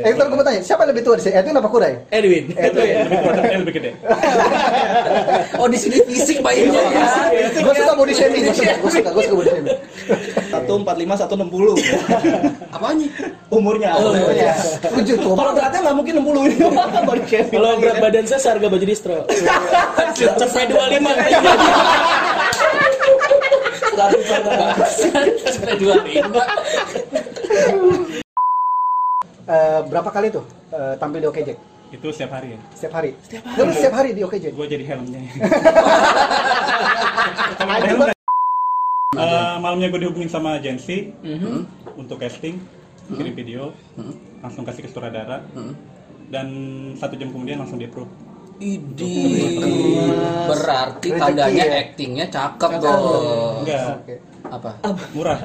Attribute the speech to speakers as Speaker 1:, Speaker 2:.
Speaker 1: Eh, ntar gue mau tanya, siapa lebih tua di sini? Edwin apa Kurai?
Speaker 2: Edwin.
Speaker 1: Edwin.
Speaker 3: lebih produknya lebih gede.
Speaker 2: Oh di sini fisik mainnya
Speaker 4: Iya,
Speaker 2: ya.
Speaker 1: Gue suka body shaming, gue suka,
Speaker 2: Iya.
Speaker 1: gue suka, gue suka body shaming.
Speaker 4: Satu empat lima, satu enam puluh.
Speaker 2: Apanya?
Speaker 4: Umurnya.
Speaker 2: Oh,
Speaker 4: umurnya.
Speaker 2: iya.
Speaker 1: Lucu tuh.
Speaker 4: Kalau beratnya nggak mungkin enam puluh ini. Body shaming.
Speaker 3: Kalau berat badan saya seharga baju distro. Cepet 25
Speaker 2: Lalu sampai dua lima.
Speaker 1: Eh, berapa kali tuh eh, tampil di OKJ?
Speaker 3: Itu setiap hari ya.
Speaker 1: Setiap hari. Setiap hari. Lu setiap hari di OKJ.
Speaker 3: Gue jadi helmnya. Kalau ada
Speaker 1: Anjing
Speaker 3: helm
Speaker 1: banget.
Speaker 3: Eh, malamnya gue dihubungin sama agensi untuk casting, kirim video, langsung kasih ke sutradara, dan satu jam kemudian langsung di approve.
Speaker 1: Mas.
Speaker 2: Idi.
Speaker 1: Rezeki
Speaker 2: Berarti tandanya
Speaker 1: ya?
Speaker 2: Oh. actingnya cakep dong.
Speaker 1: Oke.
Speaker 3: Enggak,
Speaker 2: Apa?
Speaker 3: murah.